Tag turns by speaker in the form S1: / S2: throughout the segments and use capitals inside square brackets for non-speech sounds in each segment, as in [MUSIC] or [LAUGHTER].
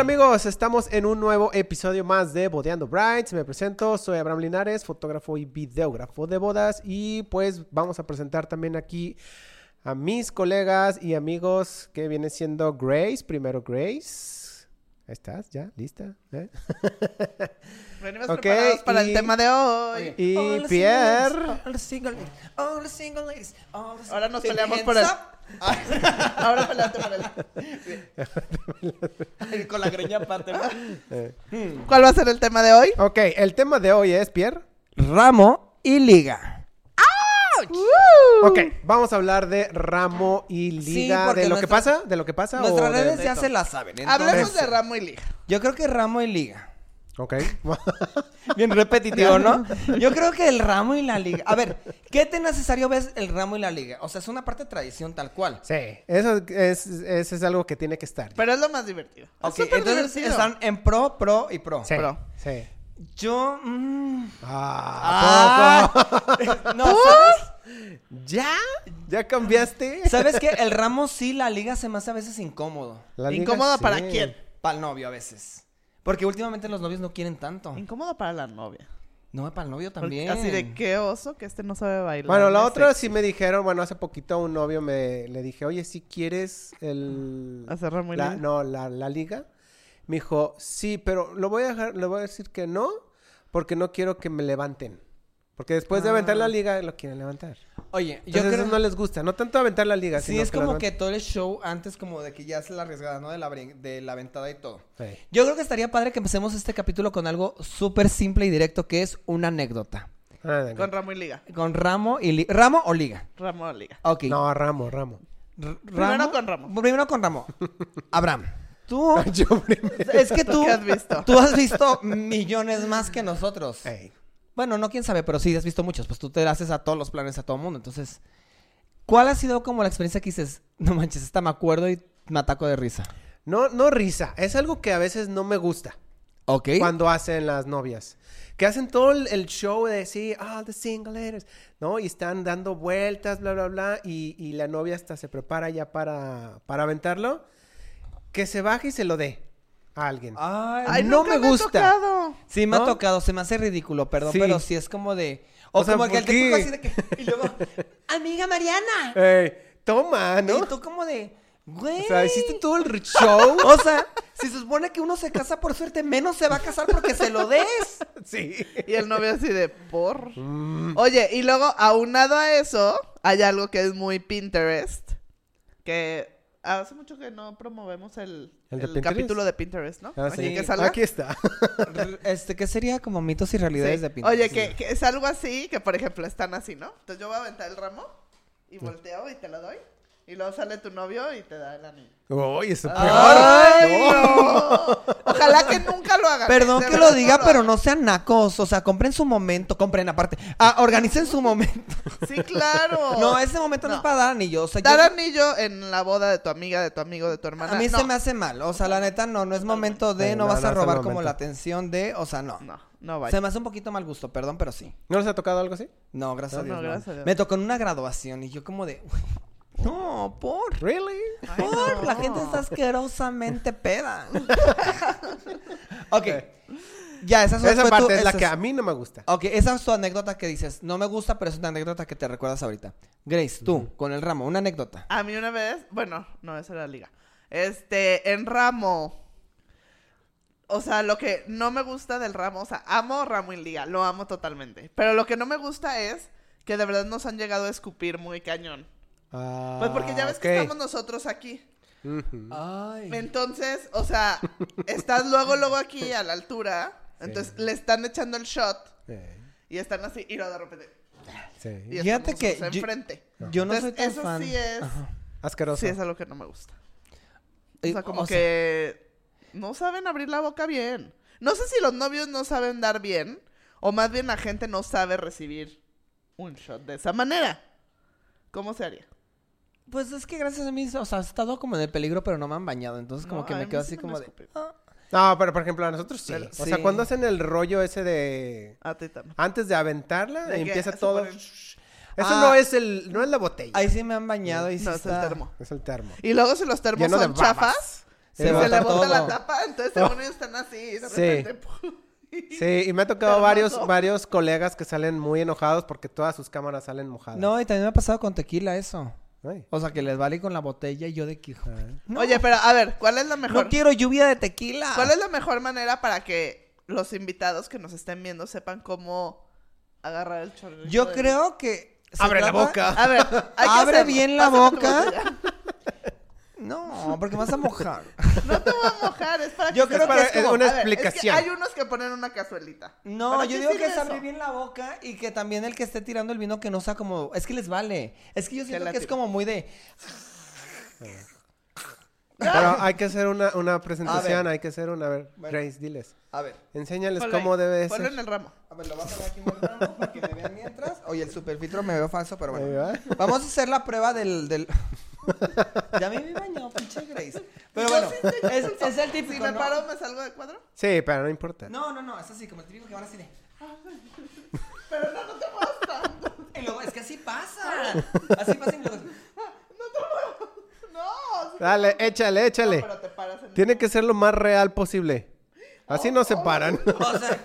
S1: amigos, estamos en un nuevo episodio más de Bodeando Brides. Me presento, soy Abraham Linares, fotógrafo y videógrafo de bodas. Y pues vamos a presentar también aquí a mis colegas y amigos que viene siendo Grace. Primero Grace. Ahí estás, ya, lista. ¿Eh?
S2: Venimos
S1: Ok,
S2: preparados para
S1: y-
S2: el tema de hoy.
S1: Y
S3: All the
S1: Pierre.
S3: single ladies, All the single ladies. All the single ladies. all the
S2: Ahora nos
S3: single
S2: peleamos
S3: hands
S2: por el...
S3: up.
S2: [LAUGHS] Ahora peleate por el... Ay, Con la greña aparte. ¿no? Hmm. ¿Cuál va a ser el tema de hoy?
S1: Ok, el tema de hoy es, Pierre.
S2: Ramo y liga.
S1: Ok, vamos a hablar de ramo y liga.
S3: Uh. porque
S1: ¿De lo que
S3: nuestra-
S1: pasa? ¿De lo que pasa? o
S3: Nuestras
S1: de-
S3: redes ya se la saben.
S2: Hablemos
S3: entonces-
S2: de ramo y liga.
S3: Yo creo que ramo y liga.
S1: Ok. [LAUGHS]
S3: Bien repetitivo, [LAUGHS] ¿no? Yo creo que el ramo y la liga. A ver, ¿qué tan necesario ves el ramo y la liga? O sea, es una parte de tradición tal cual.
S1: sí, eso es, eso es algo que tiene que estar.
S2: Pero es lo más divertido. Es
S3: Ok,
S2: súper
S3: entonces
S2: divertido.
S3: están en pro, pro y pro.
S1: sí,
S2: pero-
S1: sí.
S3: Yo. mm,
S1: Ah, ¿a poco?
S3: ah, [LAUGHS] no, ¿sabes?
S1: ¿Ya? ¿Ya cambiaste?
S3: ¿Sabes qué? El ramo sí, la liga se me hace a veces incómodo.
S1: La liga,
S2: ¿Incómoda
S1: sí.
S2: para quién?
S3: Para el novio a veces. Porque últimamente los novios no quieren
S1: Oh.
S3: tanto.
S2: Incómodo para la novia.
S3: No, para el novio
S2: Porque
S3: también.
S2: Así de qué oso que este no sabe bailar.
S1: Bueno, la
S2: no
S1: otra
S2: sé.
S1: sí me dijeron, bueno, hace poquito un novio me le dije, oye, si quieres el...
S2: ¿Hacer ramo y
S1: la,
S2: liga?
S1: No, la, la liga. Me dijo, sí, pero lo voy a dejar, le voy a decir que no, porque no quiero que me levanten. Porque después de aventar la liga, lo quieren levantar.
S3: Oye, yo
S1: Entonces
S3: creo...
S1: no les gusta, no tanto aventar la liga,
S3: Sí,
S1: sino
S3: es
S1: la
S3: como que
S1: levanten.
S3: todo el show antes como de que ya es la arriesgada, ¿no? De la, brin- de la ventada y todo.
S1: Sí.
S3: Yo creo que estaría padre que empecemos este capítulo con algo súper simple y directo que es una anécdota.
S1: Ah, venga.
S2: Con ramo y liga.
S3: Con ramo y... li- ¿Ramo o liga?
S2: Ramo y liga.
S3: Ok.
S1: No, ramo, ramo. [LAUGHS]
S3: R-
S2: Primero con ramo.
S3: Primero con ramo. Abraham,
S2: [LAUGHS]
S3: tú...
S1: Yo primero.
S3: Es que tú,
S2: qué has visto?
S3: tú has visto millones más que nosotros.
S1: Ey.
S3: Bueno, no quién sabe, pero sí has visto muchos. Pues tú te haces a todos los planes, a todo el mundo. Entonces, ¿cuál ha sido como la experiencia que dices? No manches, esta me acuerdo y me ataco de risa.
S1: No, no risa, es algo que a veces no me gusta.
S3: Ok.
S1: cuando hacen las novias. Que hacen todo el, el show de sí, all the single ladies, ¿no? Y están dando vueltas, bla, bla, bla. Y, y la novia hasta se prepara ya para, para aventarlo. Que se baje y se lo dé a alguien.
S3: Ay,
S1: Ay, no
S2: nunca
S1: me gusta.
S2: tocado.
S3: Sí, me
S1: ¿No?
S3: ha tocado, se me hace ridículo, perdón,
S1: Sí.
S3: pero sí es como de. O,
S1: O sea,
S3: como
S1: ¿por
S3: que el típico
S1: qué?
S3: así de que.
S1: [LAUGHS]
S3: Y luego, amiga Mariana.
S1: Ey, toma, ¿no?
S3: Y tú como de. Güey.
S1: O sea, hiciste todo el show.
S3: [LAUGHS] O sea, si se supone que uno se casa por suerte, menos se va a casar porque se
S1: [LAUGHS]
S3: lo des.
S1: [LAUGHS] sí.
S2: Y el novio así de por.
S3: Mm.
S2: Oye, y luego, aunado a eso, hay algo que es muy Pinterest. Que hace mucho que no promovemos el,
S1: ¿El de
S2: el
S1: Pinterest?
S2: capítulo de Pinterest, ¿no?
S1: Ah,
S2: Oye,
S1: sí.
S2: que salga.
S1: Aquí está. [LAUGHS]
S3: R- Este, ¿qué sería como mitos y
S2: Sí.
S3: realidades de Pinterest?
S2: Oye, que, que es algo así, que por ejemplo están así, ¿no? Entonces yo voy a aventar el ramo y volteo y te lo doy. Y luego sale tu novio y te da el anillo.
S1: Uy, eso
S3: Ah.
S2: ¡Ay, no! Ojalá que nunca lo hagan.
S3: Perdón
S2: De
S3: que
S2: verdad,
S3: lo diga,
S2: lo
S3: pero
S2: hagan.
S3: no sean nacos. O sea, compren su momento, compren aparte. Ah, organicen su momento.
S2: Sí, claro.
S3: [LAUGHS] No, ese momento no,
S2: No.
S3: es para dar anillo. O sea, yo-
S2: Dar anillo en la boda de tu amiga, de tu amigo, de tu hermana.
S3: a mí
S2: no.
S3: se me hace mal. O sea, la neta, no, no es momento de,
S1: Sí,
S3: no,
S1: no,
S3: vas
S1: no
S3: a
S1: es el
S3: robar como
S1: momento.
S3: la atención de, o sea, no.
S2: No, no vaya.
S3: se me hace un poquito mal gusto, perdón, pero sí.
S1: ¿No les ha tocado algo así?
S3: No, gracias
S2: No,
S3: a Dios.
S2: no,
S3: no.
S2: gracias a Dios.
S3: Me tocó en una graduación y yo como de, [LAUGHS] "Uy, no, por.
S1: ¿Really?
S2: Ay,
S3: Por,
S2: no.
S3: la gente está asquerosamente peda.
S2: [LAUGHS]
S3: ok. Ya, esa, fue
S1: Esa
S3: tu-
S1: parte es la
S3: esa
S1: que a mí no me gusta.
S3: Ok, esa es tu anécdota que dices. No me gusta, pero es una anécdota que te recuerdas ahorita. Grace, tú, con el ramo, una anécdota.
S2: A mí una vez, bueno, no, esa era la liga. Este, en ramo. O sea, lo que no me gusta del ramo, o sea, amo ramo y liga, lo amo totalmente. Pero lo que no me gusta es que de verdad nos han llegado a escupir muy cañón. Pues porque
S3: Ah,
S2: ya ves que estamos nosotros aquí.
S1: Ah, Ujú.
S3: Ay.
S2: Entonces, o sea, estás luego, luego aquí a la altura. Entonces le están echando el shot
S1: Eh,
S2: y están así, y luego de repente.
S1: sí.
S2: Y
S3: Fíjate
S2: estamos
S3: que
S2: nosotros
S3: yo-
S2: enfrente.
S3: Yo no soy
S2: Entonces,
S3: tan
S2: eso
S3: fan.
S2: sí es.
S3: Ajá.
S1: Asqueroso.
S2: Sí, es algo que no me gusta. O
S3: Eh,
S2: sea, como que no saben abrir la boca bien. No sé si los novios no saben dar bien, o más bien la gente no sabe recibir un shot de esa manera. ¿Cómo se haría?
S3: Pues es que gracias a mí, o sea, he estado como en el peligro, pero no me han bañado. Entonces, Pues como
S2: No,
S3: que
S2: a
S3: me
S2: mí
S3: quedo
S2: sí
S3: así
S2: me
S3: como
S2: han
S3: de.
S2: escupido.
S3: "Ah".
S1: No, pero por ejemplo, a nosotros sí.
S3: Pero-
S1: o
S3: sí.
S1: sea, cuando hacen el rollo ese de
S2: A ti también.
S1: antes de aventarla,
S2: De que
S1: empieza
S2: se
S1: todo.
S2: ponen-
S1: Eso
S3: Ah.
S1: no es el no es la botella,
S3: Ahí sí me han bañado y sí
S2: No, es el
S3: está-
S2: termo. [LAUGHS]
S1: es el termo.
S2: Y luego si los termos
S1: Lleno de
S2: son
S1: babas.
S2: chafas, Sí,
S3: Se
S2: se,
S3: bota
S2: le bota
S3: todo. Oh.
S2: la tapa, entonces según ellos están así. y de
S1: Sí.
S2: repente, ¡pum!
S1: Sí, y me ha tocado varios,
S2: Hermoso.
S1: varios colegas que salen muy enojados porque todas sus cámaras salen mojadas.
S3: No, y también me ha pasado con tequila eso.
S1: Ay.
S3: O sea, que les vale con la botella y yo de que... hijo, no,
S2: Oye, pero a ver, ¿cuál es la mejor?
S3: no quiero lluvia de tequila.
S2: ¿Cuál es la mejor manera para que los invitados que nos estén viendo sepan cómo agarrar el chorrito?
S3: Yo
S2: de-
S3: creo que... se
S1: Abre la
S3: trata-
S1: boca.
S2: A ver, hay que
S3: Abre
S2: hacerlo.
S3: bien la
S2: Pásame tu
S3: boca.
S2: botella.
S3: No, porque me vas a mojar.
S2: No te voy a mojar, es para
S3: Yo
S2: que
S3: creo
S2: sepas
S3: que
S2: cómo.
S3: es
S1: como- una
S2: A ver, que
S1: explicación.
S2: hay unos que ponen una cazuelita.
S3: No,
S2: ¿Para
S3: yo
S2: qué
S3: digo que
S2: sirve
S3: es abrir
S2: eso?
S3: bien la boca y que también el que esté tirando el vino que no sea como... Es que les vale. Es que yo siento
S2: la
S3: que es
S2: tira.
S3: como muy de...
S1: [LAUGHS] Pero hay que hacer una, una presentación, hay que hacer una. A ver, Grace, diles.
S3: A ver,
S1: Enséñales
S2: Ponlo ahí,
S1: cómo debe de
S2: ponlo
S1: ser.
S2: en el ramo.
S3: a ver, lo vas a ver aquí mostrando para que me vean mientras. Oye, el superfiltro me veo falso, pero
S1: Ahí
S3: bueno.
S1: va.
S3: Vamos a hacer la prueba del... [LAUGHS] del... ya me vi bañado, pinche Grace. Pero bueno, es, es el típico,
S2: Si me
S3: ¿no?
S2: paro, me salgo de cuadro.
S1: Sí, pero no importa.
S3: No, no, no, es así, como el típico que van así de...
S2: Pero no, no te muevas tanto.
S3: Y luego, es que así pasa. Así pasa y luego...
S2: [LAUGHS] No, sí,
S1: Dale, échale, échale.
S2: pero te paras en
S1: Tiene que ser lo más real posible. Así no se paran.
S2: Oh,
S3: O sea,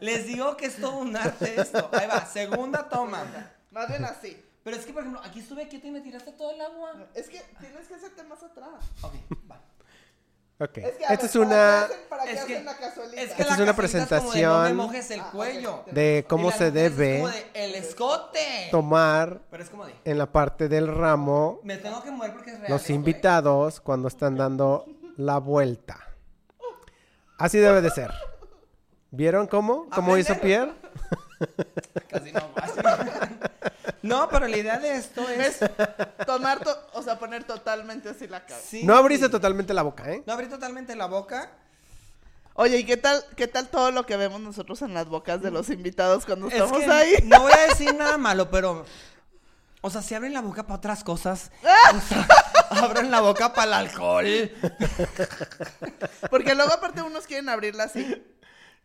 S3: les digo que es todo un arte esto. Ahí va, segunda toma.
S2: Más bien así.
S3: Pero es que, por ejemplo, aquí estuve quieto y me tiraste todo el agua.
S2: Es que tienes que hacerte más atrás.
S3: Ok, va.
S1: Ok.
S2: oh. Es que, a
S1: Esta
S2: ver,
S1: es una
S2: ¿Para qué hacen, [LAUGHS] para qué
S3: Es que-
S2: hacen la cazuelita? Ah,
S3: Es que
S1: Esta
S3: la
S1: es una
S3: casita es como de no me
S1: presentación
S3: mojes el cuello.
S1: de
S3: Y
S1: cómo
S3: la
S1: se
S3: neta es
S1: debe
S3: como de el escote.
S1: tomar
S3: Pero es como de.
S1: en la parte del ramo
S3: Me tengo que mover porque es real.
S1: los
S3: esto, ¿eh?
S1: invitados cuando están dando la vuelta. Así debe de ser. ¿Vieron cómo? ¿Cómo hizo Pierre?
S3: [LAUGHS] Casi no, así [LAUGHS] no. No, pero la idea de esto es.
S2: Tomar, to- o sea, poner totalmente así la cara.
S3: Sí.
S1: No abrirse totalmente la boca, ¿eh?
S3: No abrí totalmente la boca.
S2: Oye, ¿y qué tal, qué tal todo lo que vemos nosotros en las bocas de los invitados cuando
S3: Mm. Es
S2: estamos
S3: que
S2: ahí?
S3: No voy a decir nada malo, pero. O sea, si abren la boca para otras
S1: [LAUGHS]
S3: cosas. O sea, abren la boca para el alcohol.
S2: [LAUGHS] Porque luego aparte unos quieren abrirla así.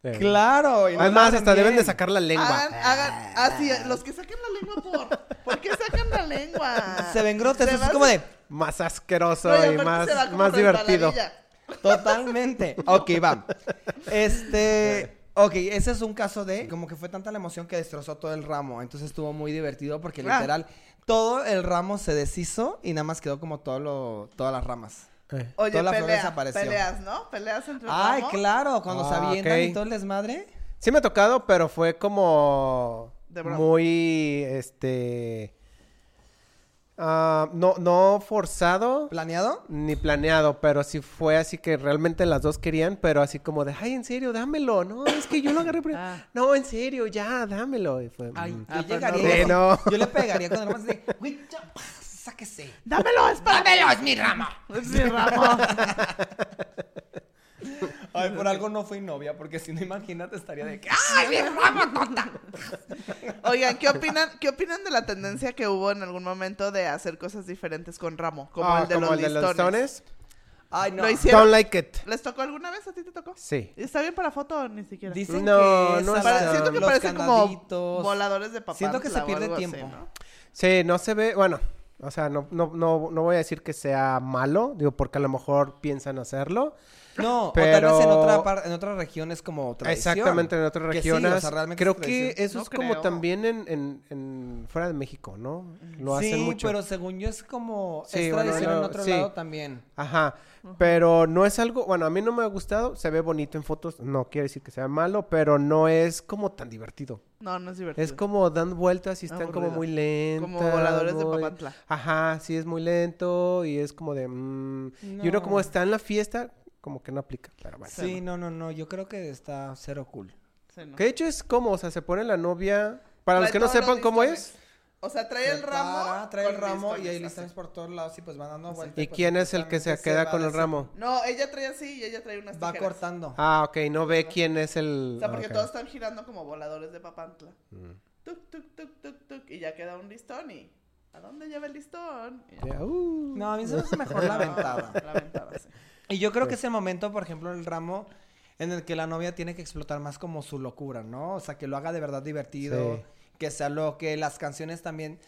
S1: Eh.
S3: Claro. y no la
S1: Además,
S3: abren
S1: hasta deben de
S3: bien.
S1: sacar la lengua.
S2: Hagan, hagan, así, los que saquen la lengua por. ¿Por qué sacan la lengua?
S3: Se ven grotes.
S2: va-
S3: Es como de.
S1: Más asqueroso
S2: No, y
S1: y
S2: aparte se va
S1: más,
S2: como
S1: más divertido.
S2: resbaladilla.
S3: Totalmente. Ok, va. Este. Ok, ese es un caso de como que fue tanta la emoción que destrozó todo el ramo. Entonces estuvo muy divertido porque
S2: Ah.
S3: literal todo el ramo se deshizo y nada más quedó como todo lo, todas las ramas.
S1: Eh.
S2: Oye,
S3: Toda la flor
S2: pelea,
S3: desapareció.
S2: peleas, ¿no? Peleas entre
S3: Ay,
S2: ramos.
S3: claro, cuando se
S1: Ah,
S3: avientan
S1: ok.
S3: y todo el desmadre.
S1: Sí me ha tocado, pero fue como
S2: De broma.
S1: muy, este, ah, no, no forzado
S3: ¿Planeado?
S1: ni planeado, pero sí fue así que realmente las dos querían, pero así como de, ay, en serio, dámelo, no, es que yo lo agarré, primero.
S2: Ah.
S1: no, en serio, ya, dámelo, y fue,
S3: Ay,
S1: mm.
S3: yo
S2: Ah, pero
S3: llegaría.
S1: no. Sí, no.
S3: [LAUGHS] Yo le pegaría cuando nada más de, güey, ya, sáquese.
S2: Dámelo, es para
S3: ¡Dámelo, es mi ramo!
S2: Es mi ramo.
S3: Ay, por algo no fui novia, porque si no, imagínate, estaría de que, ¡ay, mi ramo, tonta!
S2: Oigan, ¿qué opinan, ¿qué opinan de la tendencia que hubo en algún momento de hacer cosas diferentes con ramo? Como
S1: Ah,
S2: el de los listones.
S1: listones.
S3: Ay, no.
S2: Lo hicieron.
S1: Don't like it.
S2: ¿Les tocó alguna vez? ¿A ti te tocó?
S1: Sí.
S2: ¿Está bien para foto o ni siquiera?
S3: Dicen
S1: No,
S3: que
S1: no
S3: esas-
S1: está.
S2: Pare- siento que
S3: los
S2: parecen como
S3: candaditos.
S2: voladores de papá.
S3: Siento que se pierde tiempo.
S1: Sí, no se ve, bueno, o sea, no, no, no, no voy a decir que sea malo, digo, porque a lo mejor piensan hacerlo.
S3: No, o tal
S1: Pero-
S3: vez en otra, par- en otra región es como tradición.
S1: Exactamente, en otras
S3: Que sí,
S1: regiones.
S3: o sea, realmente
S1: creo
S3: es
S1: que
S3: tradición.
S1: eso
S2: No
S1: es como
S2: creo.
S1: también en, en, en- fuera de México, ¿no? Lo hacen
S3: sí,
S1: mucho.
S3: pero según yo es como...
S1: Sí,
S3: es
S1: bueno,
S3: tradición
S1: no,
S3: en otro
S1: sí.
S3: lado también.
S1: Ajá, pero no es algo, bueno, a mí no me ha gustado, se ve bonito en fotos, no quiere decir que sea malo, pero no es como tan divertido.
S2: No, no es divertido. Ah,
S1: Es como dan vueltas y están como
S2: Aburrido.
S1: muy lentas.
S2: Como voladores de
S1: muy-
S2: Papantla.
S1: Ajá, sí, es muy lento y es como de... mm, Y uno
S3: No.
S1: como está en la fiesta, como que no aplica, pero bueno.
S3: Sí, no, no, no. Yo creo que está cero cool.
S2: Sí, no.
S1: Que de hecho es como, o sea, se pone la novia... Para los
S2: Trae
S1: que no
S2: todos los
S1: sepan cómo es,
S2: listones. O sea, trae el ramo.
S3: Prepara, trae el
S2: con
S3: ramo y
S2: listones,
S3: hay
S2: así.
S3: listones por todos lados y pues van dando vueltas.
S1: ¿Y
S3: pues,
S1: quién es el que se
S3: justamente
S1: queda
S3: va
S1: con el
S3: des-
S1: ramo?
S2: No, ella trae así y ella trae unas
S3: Va
S2: tijeras.
S3: cortando.
S1: Ah, ok, no ve quién es el...
S2: O sea, porque
S1: ok. Mm.
S2: todos están girando como voladores de papantla. Tuk, tuk, tuk, tuk, tuk. Y ya queda un listón y... ¿A dónde lleva el listón? Y ya.
S1: Ya, uh.
S3: No, a mí se me hace
S1: [LAUGHS]
S3: mejor la ventada.
S2: La ventada, sí.
S3: Y yo creo que es el momento, por ejemplo, el ramo en el que la novia tiene que explotar más como su locura, ¿no? O sea, que lo haga de verdad divertido,
S1: Sí.
S3: que sea lo que las canciones también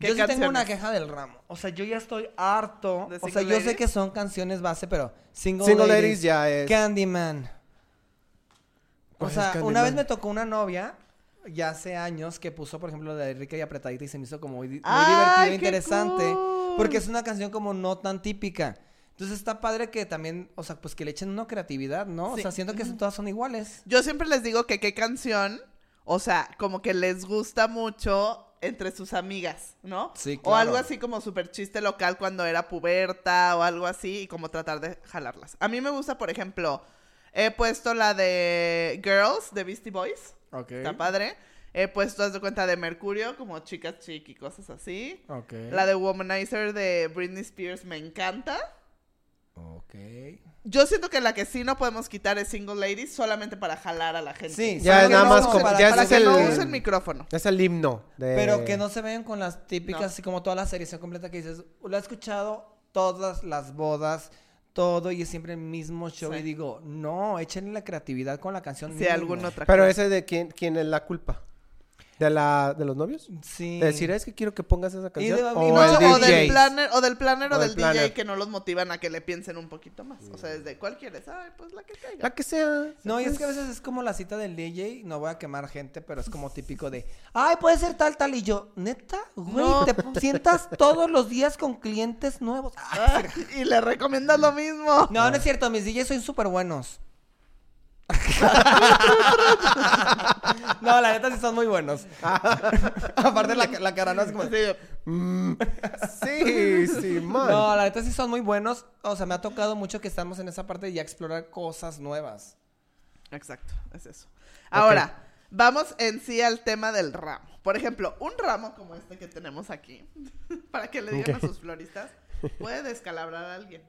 S2: ¿Qué
S3: yo sí tengo una
S2: canciones?
S3: queja del ramo. O sea, yo ya estoy harto.
S2: ¿De
S3: O sea,
S2: Single
S3: yo sé
S2: Ladies?
S3: que son canciones base, pero Single,
S1: Single
S3: ladies,
S1: Ladies ya es.
S3: Candyman. O
S1: ¿Cuál es
S3: sea, una
S1: Candyman?
S3: vez me tocó una novia, ya hace años, que puso, por ejemplo, la de Rica y Apretadita y se me hizo como muy, di- muy
S2: ¡Ay,
S3: divertido, e
S2: qué
S3: interesante.
S2: cool!
S3: Porque es una canción como no tan típica. Entonces está padre que también, o sea, pues que le echen una creatividad, ¿no?
S2: Sí.
S3: O sea, siento que todas son iguales.
S2: Yo siempre les digo que qué canción, o sea, como que les gusta mucho entre sus amigas, ¿no?
S3: Sí,
S2: O algo
S3: claro.
S2: así como súper chiste local cuando era puberta o algo así y como tratar de jalarlas. A mí me gusta, por ejemplo, he puesto la de Girls de Beastie Boys,
S3: Ok.
S2: está padre. He puesto, haz de cuenta, de Mercurio, como chicas chic y cosas así.
S3: Ok.
S2: La de Womanizer de Britney Spears me encanta.
S3: Ok.
S2: Yo siento que la que sí no podemos quitar es Single Ladies solamente para jalar a la gente.
S3: Sí,
S1: Ya
S3: solo
S1: es
S3: que
S1: nada más
S3: no-
S1: como-
S3: para,
S1: ya ese
S3: para
S1: es
S2: que
S3: que
S1: el-
S2: no
S3: no
S2: usen micrófono.
S1: Es el himno. de-
S3: Pero que no se ven con las típicas,
S2: No.
S3: así como toda la serie se completa que dices, lo he escuchado todas las bodas, todo, y es siempre el mismo show.
S2: Sí.
S3: Y digo, no, échenle la creatividad con la canción.
S2: Si
S3: mínimo".
S2: algún otra.
S1: Pero
S2: cosa.
S1: ese de quién, quién es la culpa. ¿De, la, ¿De los novios?
S3: Sí.
S1: De decir, es que quiero que pongas esa canción.
S3: de- y
S1: o
S3: no-
S1: el
S2: o,
S1: DJ.
S2: del planner, o del planner o,
S1: O
S2: del
S1: del planner.
S2: DJ que no los motivan a que le piensen un poquito más. O sea, desde cuál quieres. Ay, pues la que
S1: [LAUGHS]
S2: caiga.
S1: La que sea.
S3: No, y es que a veces es como la cita del DJ, no voy a quemar gente, pero es como
S2: [LAUGHS]
S3: típico de, ay, puede ser tal, tal, y yo, neta, güey,
S2: No.
S3: te sientas todos los días con clientes nuevos.
S2: Ah,
S3: Ah,
S2: y le recomiendas lo mismo.
S3: No, no es cierto, mis DJs son súper
S2: [LAUGHS]
S3: buenos. no, la neta sí son
S2: [LAUGHS]
S3: muy buenos. Aparte la, la cara no es como...
S2: Sí,
S1: Mm.
S3: [LAUGHS]
S1: Sí, sí, man.
S3: No, la neta sí son muy buenos. O sea, me ha tocado mucho que estamos en esa parte de ya explorar cosas nuevas.
S2: Exacto, es eso. Ahora, vamos en sí al tema del ramo. Por ejemplo, un ramo como este que tenemos aquí, [LAUGHS] para que le digan
S1: Ok.
S2: a sus floristas, puede descalabrar a alguien.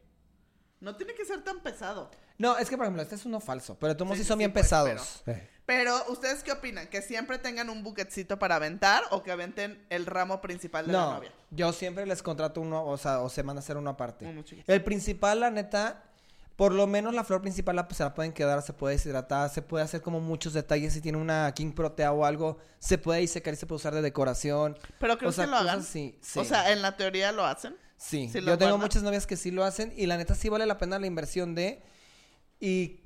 S2: No tiene que ser tan pesado.
S3: No, es que por ejemplo, este es uno falso, pero de todos modos
S2: Sí,
S3: sí
S2: sí,
S3: son
S2: sí,
S3: bien
S2: pues,
S3: pesados.
S1: Eh,
S2: Pero, ¿ustedes qué opinan? ¿Que siempre tengan un buquetcito para aventar o que aventen el ramo principal de la
S3: No,
S2: novia?
S3: yo siempre les contrato uno, o sea, o se van a hacer uno aparte.
S2: Uno chiquito.
S3: El principal, la neta, por lo menos la flor principal la, pues, se la pueden quedar, se puede deshidratar, se puede hacer como muchos detalles. Si tiene una King Protea o algo, se puede disecar y se puede usar de decoración.
S2: Pero creo
S3: O sea,
S2: que lo hagan.
S3: cosas así, sí.
S2: O sea, en la teoría lo hacen.
S3: Sí,
S2: Sí, lo
S3: yo tengo
S2: guarda.
S3: muchas novias que sí lo hacen y la neta sí vale la pena la inversión de... Y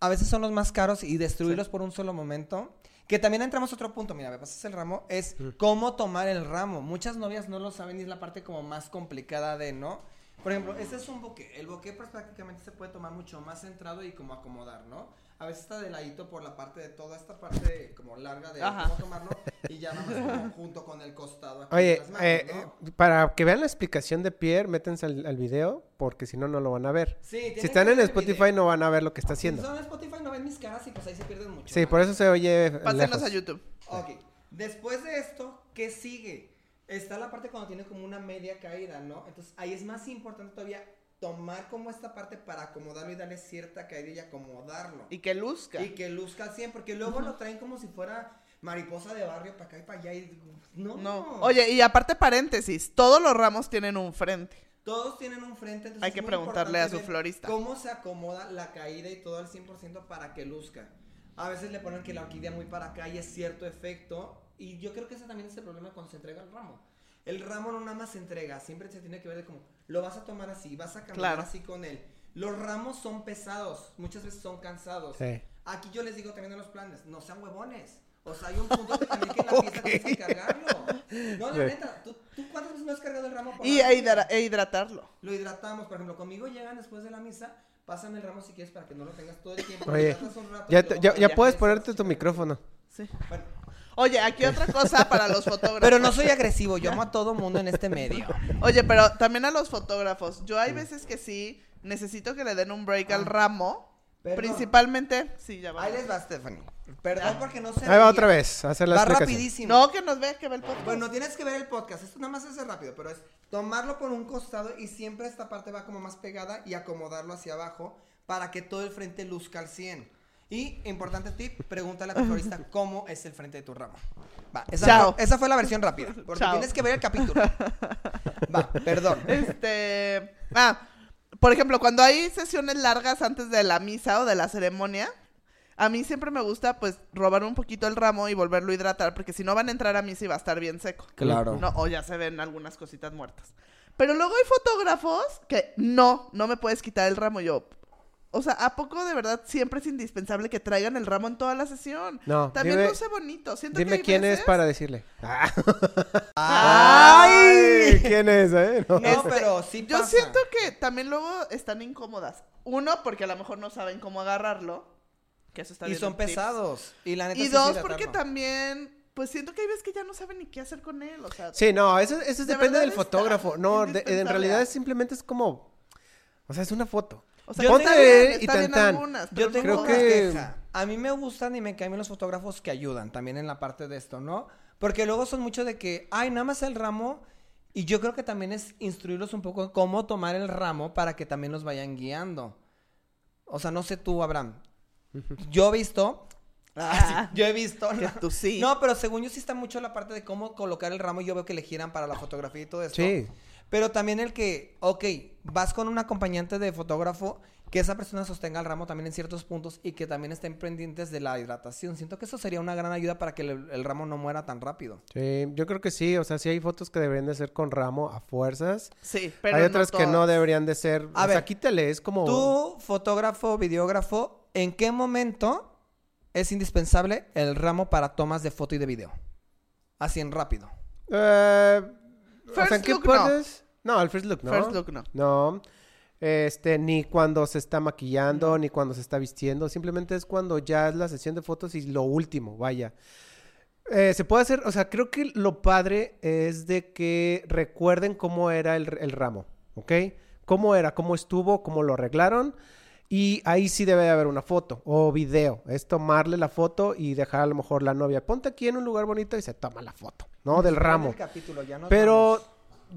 S3: a veces son los más caros y destruirlos por un solo momento. Que también entramos a otro punto, mira, me pasas el ramo, es cómo tomar el ramo. Muchas novias no lo saben y es la parte como más complicada de, ¿no? Por ejemplo, este es un bokeh. El bokeh pues, prácticamente se puede tomar mucho más centrado y como acomodar, ¿no? A veces está de ladito por la parte de toda esta parte como larga de
S2: Ajá.
S3: cómo tomarlo y ya vamos como junto con el costado aquí de
S1: Oye,
S3: las manos,
S1: eh,
S3: ¿no?
S1: eh, para que vean la explicación de Pierre, métanse al, al video, porque si no, no lo van a ver.
S3: Sí, tienen
S1: si están
S3: que
S1: en
S3: ver el
S1: Spotify,
S3: video.
S1: no van a ver lo que está
S3: Si
S1: haciendo.
S3: son en Spotify no ven mis caras y pues ahí se pierden mucho.
S1: Sí, por eso se oye.
S2: Pásenos
S1: lejos.
S2: a YouTube.
S3: Ok. Después de esto, ¿qué sigue? Está la parte cuando tiene como una media caída, ¿no? Entonces ahí es más importante todavía tomar como esta parte para acomodarlo y darle cierta caída y acomodarlo.
S2: Y que luzca.
S3: Y que luzca al 100, porque luego lo traen como si fuera mariposa de barrio para acá y para allá y digo, no.
S2: No. Oye, y aparte paréntesis, todos los ramos tienen un frente.
S3: Todos tienen un frente, entonces
S2: Hay
S3: es
S2: que
S3: muy
S2: preguntarle
S3: importante
S2: a su
S3: ver
S2: florista.
S3: ¿Cómo se acomoda la caída y todo al 100% para que luzca? A veces le ponen que la orquídea muy para acá y es cierto efecto. Y yo creo que ese también es el problema cuando se entrega el ramo. El ramo no nada más se entrega, siempre se tiene que ver de cómo lo vas a tomar así, vas a caminar
S2: Claro.
S3: así con él. Los ramos son pesados, muchas veces son cansados.
S1: Sí.
S3: Aquí yo les digo también a los planes, no sean huevones. O sea, hay un punto que también
S2: [LAUGHS]
S3: que en la fiesta tienes que cargarlo. No, la
S1: Sí.
S3: neta, ¿tú, tú cuántas veces no has cargado el ramo? por
S2: Y
S3: la
S2: e,
S3: vida?
S2: hidra- e hidratarlo.
S3: Lo hidratamos, por ejemplo, conmigo llegan después de la misa, pásame el ramo si quieres para que no lo tengas todo el tiempo.
S1: Oye,
S3: hidratas un rato y
S1: ya, te-
S3: luego
S1: ya- ya
S3: ya
S1: puedes
S3: regresas.
S1: ponerte tu micrófono.
S2: Sí.
S3: Bueno,
S2: Oye, aquí otra cosa para
S3: [LAUGHS]
S2: los fotógrafos.
S3: pero no soy agresivo, yo amo a todo mundo en este medio.
S2: Oye, pero también a los fotógrafos. Yo hay veces que sí necesito que le den un break al
S3: Ah.
S2: ramo.
S3: Perdón.
S2: Principalmente, sí, ya va.
S3: [LAUGHS] Ahí les va, Stephanie. Perdón porque no se
S1: Ahí va
S3: veía.
S1: otra vez, a hacer la
S3: Va
S1: explicación.
S3: rapidísimo.
S2: No, que nos vea, que ve el podcast.
S3: Bueno, tienes que ver el podcast. Esto nada más es rápido, pero es tomarlo por un costado y siempre esta parte va como más pegada y acomodarlo hacia abajo para que todo el frente luzca al 100. Y, importante tip, pregúntale a tu florista
S2: [LAUGHS]
S3: cómo es el frente de tu ramo. Va, esa,
S2: Chao.
S3: Fue, esa fue la versión rápida, porque
S2: Chao.
S3: tienes que ver el capítulo.
S2: [LAUGHS]
S3: Va, perdón.
S2: Este. Ah, por ejemplo, cuando hay sesiones largas antes de la misa o de la ceremonia, A mí siempre me gusta, pues, robar un poquito el ramo y volverlo a hidratar, porque si no van a entrar a mí sí va a estar bien seco.
S3: Claro.
S2: No, o ya se ven algunas cositas muertas. Pero luego hay fotógrafos que no, no me puedes quitar el ramo yo. O sea, ¿a poco de verdad siempre es indispensable que traigan el ramo en toda la sesión?
S1: No,
S2: También
S1: dime-
S2: luce bonito. Siento que
S1: Dime
S2: hay
S1: quién es
S2: veces- Ah,
S1: para Ah, decirle. Ah.
S3: ¡Ay!
S1: Ay, ¿Quién es? eh? No.
S3: No, pero sí
S2: Yo
S3: pasa.
S2: siento que también luego están incómodas. Uno, porque a lo mejor no saben cómo agarrarlo. Que eso está
S3: Y
S2: bien
S3: son
S2: un tip.
S3: pesados. Y la neta
S2: Y
S3: sí, sí,
S2: dos,
S3: la
S2: porque
S3: tarda.
S2: también, pues siento que hay veces que ya no saben ni qué hacer con él. O sea,
S1: Sí, no, eso, eso
S2: De
S1: depende
S2: verdad
S1: del
S2: es
S1: fotógrafo.
S2: tan
S1: No, de- en
S2: indispensable.
S1: realidad es simplemente es como. O sea, es una foto.
S2: o sea
S3: Yo
S2: está
S3: tengo-
S2: bien,
S1: y
S2: está
S1: tan,
S2: bien
S1: tan.
S2: algunas,
S3: Yo
S2: pero
S3: tengo
S1: creo
S2: no-
S3: una
S1: que-
S3: queja. A mí me gustan y me caen bien los fotógrafos que ayudan también en la parte de esto, ¿no? Porque luego son mucho de que, ay, nada más el ramo. Y yo creo que también es instruirlos un poco en cómo tomar el ramo para que también los vayan guiando. O sea, no sé tú, Abraham. Yo he visto. [LAUGHS]
S2: Ah,
S3: Yo he visto.
S2: que
S3: No,
S2: tú sí.
S3: No, pero según yo sí está mucho la parte de cómo colocar el ramo. Yo veo que le giran para la fotografía y todo esto.
S1: Sí.
S3: Pero también el que, ok, vas con un acompañante de fotógrafo, que esa persona sostenga el ramo también en ciertos puntos y que también estén pendientes de la hidratación. Siento que eso sería una gran ayuda para que el, el ramo no muera tan rápido.
S1: Sí, yo creo que sí. O sea, sí hay fotos que deberían de ser con ramo a fuerzas.
S2: Sí, pero
S1: hay
S2: no
S1: otras que no
S2: todas.
S1: deberían de ser.
S3: A
S1: o sea,
S3: ver,
S1: quítale, es como.
S3: Tú, fotógrafo, videógrafo, ¿en qué momento es indispensable el ramo para tomas de foto y de video? Así en rápido.
S1: Eh, o
S2: First
S1: sea, ¿en qué
S2: look no.
S1: partes? No. el first look no.
S2: First look no.
S1: No. Este, ni cuando se está maquillando, ni cuando se está vistiendo. Simplemente es cuando ya es la sesión de fotos y lo último, vaya. Eh, se puede hacer, o sea, creo que lo padre es de que recuerden cómo era el, el ramo, ¿ok? Cómo era, cómo estuvo, cómo lo arreglaron. Y ahí sí debe de haber una foto o video. Es tomarle la foto y dejar a lo mejor la novia. Ponte aquí en un lugar bonito y se toma la foto, ¿no?
S3: [LAUGHS]
S1: Del ramo. Pero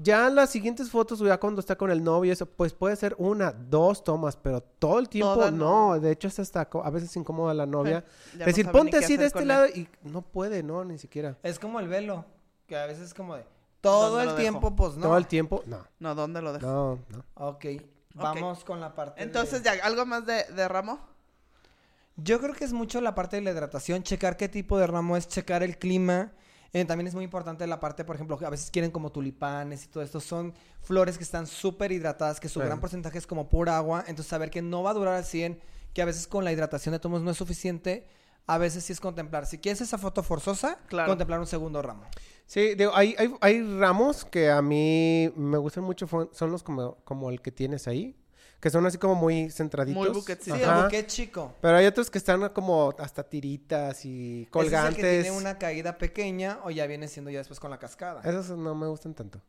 S1: ya las siguientes fotos, ya cuando está con el novio, y eso, pues puede ser una, dos tomas, pero todo el tiempo
S2: Toda
S1: no. De hecho, es hasta co- a veces incómoda a la novia.
S2: Ya no
S1: decir,
S2: sabe ni
S1: ponte
S2: qué
S1: así de
S2: hacer
S1: este
S2: con
S1: lado y no puede, no, ni siquiera.
S3: Es como el velo, que a veces es como de... Todo
S2: ¿Dónde
S3: el
S2: lo
S3: tiempo,
S2: dejo?
S3: pues no.
S1: Todo el tiempo, no,
S2: No, ¿dónde lo dejo?
S1: no, no.
S3: Ok, vamos con la parte. de-
S2: Entonces, ya, ¿algo más de, de ramo?
S3: Yo creo que es mucho la parte de la hidratación, checar qué tipo de ramo es, checar el clima. Eh, también es muy importante la parte, por ejemplo, que a veces quieren como tulipanes y todo esto. Son flores que están súper hidratadas, que su
S1: Sí.
S3: gran porcentaje es como pura agua. Entonces, saber que no va a durar al 100, que a veces con la hidratación de tomos no es suficiente. A veces sí es contemplar. Si quieres esa foto forzosa,
S2: Claro.
S3: contemplar un segundo ramo.
S1: Sí, digo, hay, hay, hay ramos que a mí me gustan mucho, fue- son los como, como el que tienes ahí, que son así como muy centraditos.
S2: Muy buquetcitos.
S3: Sí,
S1: Ajá.
S3: el buquet chico.
S1: Pero hay otros que están como hasta tiritas y colgantes.
S3: Ese es el que tiene una caída pequeña o ya viene siendo ya después con la cascada.
S1: Esos no me gustan tanto.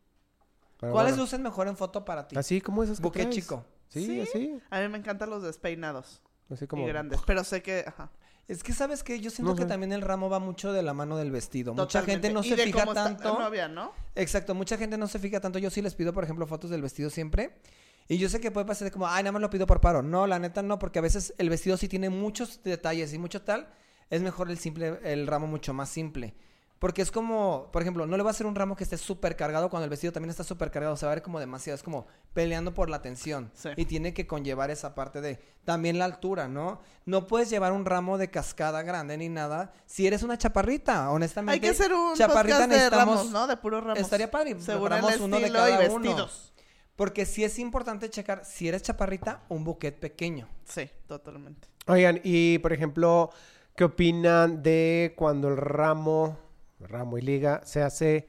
S1: Pero
S3: ¿Cuáles
S1: bueno.
S3: lucen mejor en foto para ti?
S1: Así como esos que
S3: Buque
S1: traes.
S3: chico.
S1: Sí,
S2: Sí.
S1: así.
S2: A mí me encantan los despeinados
S1: Así como.
S2: y grandes, pero sé que... Ajá.
S3: Es que sabes que yo siento
S1: No
S3: que
S1: sé.
S3: también el ramo va mucho de la mano del vestido. Mucha gente no
S2: Totalmente. Y
S3: se
S2: de
S3: fija
S2: cómo está la
S3: tanto.
S2: novia, ¿no?
S3: Exacto, mucha gente no se fija tanto. Yo sí les pido, por ejemplo, fotos del vestido siempre. Y yo sé que puede pasar de como, ay, nada más lo pido por paro. No, la neta no, porque a veces el vestido sí tiene muchos detalles y mucho tal. Es mejor el simple, el ramo mucho más simple. Porque es como, por ejemplo, no le va a hacer un ramo que esté súper cargado cuando el vestido también está súper cargado. Se va a ver como demasiado, es como peleando por la atención.
S2: Sí.
S3: Y tiene que conllevar esa parte de también la altura, ¿no? No puedes llevar un ramo de cascada grande ni nada si eres una chaparrita, honestamente.
S2: Hay que hacer un
S3: chaparrita
S2: podcast de
S3: necesitamos-
S2: ramos, ¿no? De puros ramos.
S3: Estaría padre. y
S2: Según el
S3: preparamos
S2: estilo
S3: uno de
S2: y
S3: cada uno.
S2: vestidos.
S3: Porque sí es importante checar, si eres chaparrita, un buquet pequeño.
S2: Sí, totalmente.
S1: Oigan, y por ejemplo, ¿qué opinan de cuando el ramo, ramo y liga, se hace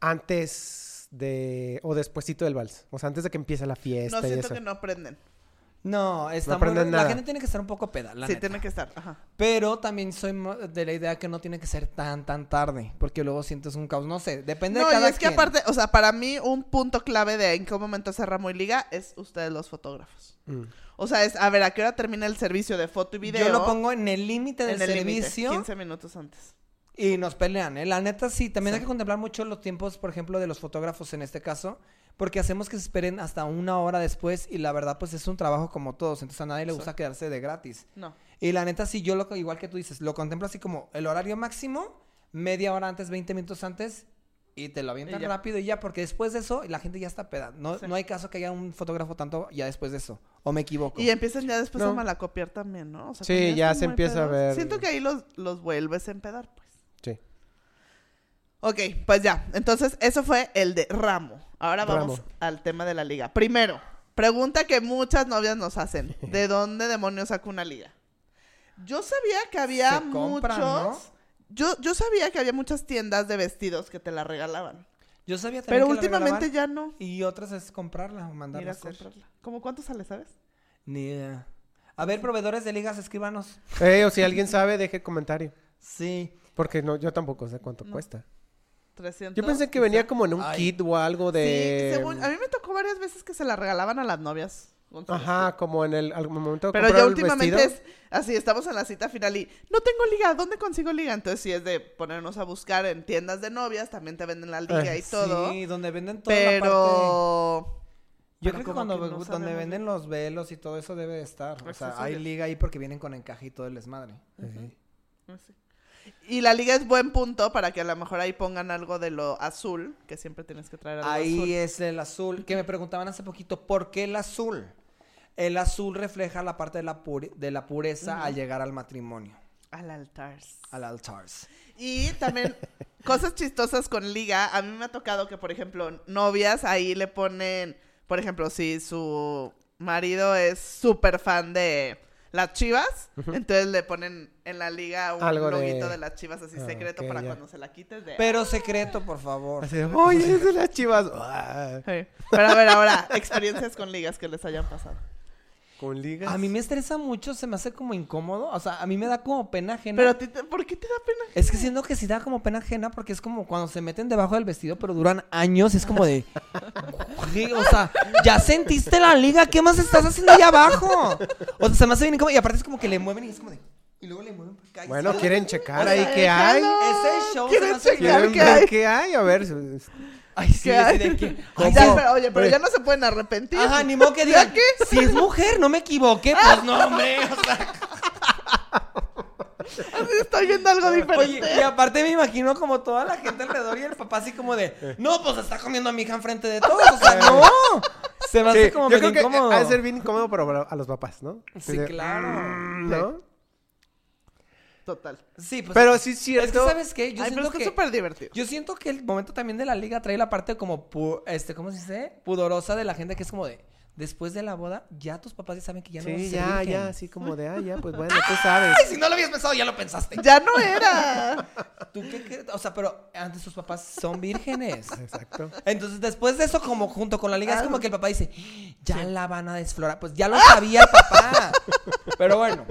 S1: antes de. o despuesito del vals? O sea, antes de que empiece la
S2: No
S3: Este,
S1: fiesta y
S2: siento
S1: eso.
S2: que no aprenden.
S3: No, está
S1: No
S3: muy-
S1: aprendes
S3: La
S1: nada.
S3: gente tiene que estar un poco peda, la
S2: sí,
S3: neta.
S2: tiene que estar. Ajá.
S3: Pero también soy mo- de la idea que no tiene que ser tan, tan tarde. Porque luego sientes un caos. No sé, depende
S2: No,
S3: de
S2: y
S3: cada
S2: es que
S3: quien.
S2: aparte, o sea, para mí un punto clave de en qué momento se ramo y liga es ustedes los fotógrafos.
S1: Mm.
S2: O sea, es a ver a qué hora termina el servicio de foto y video.
S3: Yo lo pongo en el límite
S2: en
S3: del
S2: el límite,
S3: servicio
S2: 15 minutos antes.
S3: y nos pelean, ¿eh? La neta sí,
S2: Sí.
S3: también hay que contemplar mucho los tiempos, por ejemplo, de los fotógrafos en este caso, porque hacemos que se esperen hasta una hora después y la verdad pues es un trabajo como todos, entonces a nadie le
S2: Sí.
S3: gusta quedarse de gratis.
S2: No.
S3: Y la neta, sí, yo lo, igual que tú dices, lo contemplo así como el horario máximo, media hora antes, 20 minutos antes, y te lo avientan
S2: Y ya.
S3: rápido y ya, porque después de eso la gente ya está peda. No,
S2: Sí.
S3: no hay caso que haya un fotógrafo tanto ya después de eso. O me equivoco.
S2: Y empiezan ya después
S1: No.
S2: a malacopiar también, ¿no? O sea,
S1: Sí,
S2: cuando
S1: ya
S2: están
S1: se
S2: muy
S1: empieza a
S2: pedos,
S1: ver.
S2: Siento que ahí los, los vuelves a empedar, pues.
S1: Sí.
S2: Ok, pues ya. Entonces, eso fue el de Ramo. Ahora vamos
S1: Ramo.
S2: al tema de la liga. Primero, pregunta que muchas novias nos hacen. ¿De dónde demonios saco una liga? Yo sabía que había
S3: Se
S2: muchos...
S3: compran, ¿no?
S2: Yo, yo sabía que había muchas tiendas de vestidos que te la regalaban.
S3: Yo sabía también
S2: Pero
S3: que la
S2: últimamente
S3: regalaban,
S2: ya no.
S3: Y otras es comprarla o mandarla
S2: Ir
S3: a
S2: a
S3: hacer.
S2: comprarla. ¿Cómo cuánto sale, sabes?
S3: Ni idea. A ver, proveedores de ligas, escríbanos.
S1: Eh, o si alguien sabe, deje el comentario.
S3: Sí.
S1: Porque no, yo tampoco sé cuánto
S2: No.
S1: cuesta.
S2: 300.
S1: Yo pensé que venía como en un
S3: Ay.
S1: kit o algo de.
S2: Sí, según- a mí me tocó varias veces que se la regalaban a las novias. con su
S1: Ajá, como en el algún momento de
S2: Pero
S1: comprar
S2: ya
S1: el
S2: últimamente
S1: vestido.
S2: es así, estamos en la cita final y no tengo liga, ¿dónde consigo liga? Entonces sí es de ponernos a buscar en tiendas de novias, también te venden la liga
S1: Ah,
S2: y todo.
S3: Eh, Sí, donde venden toda la parte.
S2: pero
S3: Yo
S2: Pero
S3: creo que
S2: como
S3: cuando
S2: que no
S3: donde
S2: sabemos.
S3: venden los velos y todo eso debe de estar. O sea, hay
S2: Accesorios.
S3: liga ahí porque vienen con encaje y todo el desmadre.
S1: Ajá.
S2: y la liga es buen punto para que a lo mejor ahí pongan algo de lo azul, que siempre tienes que traer algo
S3: Ahí
S2: azul.
S3: es el azul. Que me preguntaban hace poquito, ¿por qué el azul? El azul refleja la parte de la, pure- de la pureza al llegar al matrimonio,
S2: Al altar.
S3: al altar.
S2: Y también cosas chistosas con liga. A mí me ha tocado que, por ejemplo, novias ahí le ponen, por ejemplo, si su marido es súper fan de las chivas, entonces le ponen en la liga un
S1: Algo de-
S2: loguito de... las chivas así
S1: Ah,
S2: secreto
S1: ok,
S2: para
S1: ya.
S2: cuando se la quites de...
S3: Pero secreto, por favor.
S1: Así de, Oye, es de las chivas. Ah,
S2: Sí. Pero a ver, ahora, experiencias con ligas que les hayan pasado.
S1: Con ligas.
S3: A mí me estresa mucho, se me hace como incómodo. O sea, a mí me da como pena ajena.
S2: Pero, a ti te- ¿por qué te da pena?
S3: Es que siento que sí da como pena ajena porque es como cuando se meten debajo del vestido, pero duran años. Es como de. [LAUGHS] "Güey, O sea, ya sentiste la liga, ¿qué más estás haciendo ahí abajo? O sea, se me hace bien incómodo. Y aparte es como que le mueven y es como de. Y luego le mueven para acá. y
S1: Bueno,
S3: se-
S1: quieren checar
S3: O sea,
S1: ahí qué hay.
S2: déjalo.
S3: Ese show se me
S2: ¿Quieren
S3: hace
S2: checar
S1: Quieren
S2: qué hay?
S1: ver qué hay. A ver. su- es-
S3: Ay, sí,
S2: ¿Qué
S3: así
S2: hay?
S3: de que.
S2: Ay,
S3: ay,
S2: ya,
S3: no.
S2: pero, oye, pero ya no se pueden arrepentir.
S3: Ajá, ni modo que digan.
S2: ¿Ya qué? Ah.
S3: Si es mujer, no me equivoqué. Pues no, hombre. O sea,
S2: [LAUGHS] Así estoy viendo algo diferente.
S3: Oye, y aparte me imagino como toda la gente alrededor y el papá así como de, no, pues está comiendo a mi hija enfrente
S2: Ah,
S3: de todos, o sea, no. Se me hace
S1: Sí,
S3: como
S1: yo
S3: medio
S1: creo que
S3: incómodo.
S1: ha de ser bien incómodo para- para a los papás, ¿no?
S3: Sí,
S1: Así de,
S3: claro.
S1: mm, ¿no?
S2: Total.
S3: Sí, pues.
S1: Pero sí es cierto.
S3: es que, ¿sabes qué? Yo
S2: Ay, pero
S3: siento
S2: es que
S3: que...
S2: es súper
S3: [LAUGHS]
S2: divertido.
S3: Yo siento que el momento también de la liga trae la parte como, pu- este, ¿cómo se dice? Pudorosa de la gente que es como de, después de la boda, ya tus papás ya saben que ya no vas a
S1: Sí,
S3: ser
S1: ya,
S3: virgen".
S1: ya, así como de, ah, ya, pues [LAUGHS] bueno, tú sabes.
S3: Ay, si no lo habías pensado, ya lo pensaste.
S2: Ya no era.
S3: ¿Tú qué crees? O sea, pero antes tus papás son vírgenes.
S1: [LAUGHS] Exacto.
S3: Entonces, después de eso, como junto con la liga, es
S2: Ah.
S3: como que el papá dice, ya la van a desflorar. Pues ya lo sabía el papá. Pero bueno,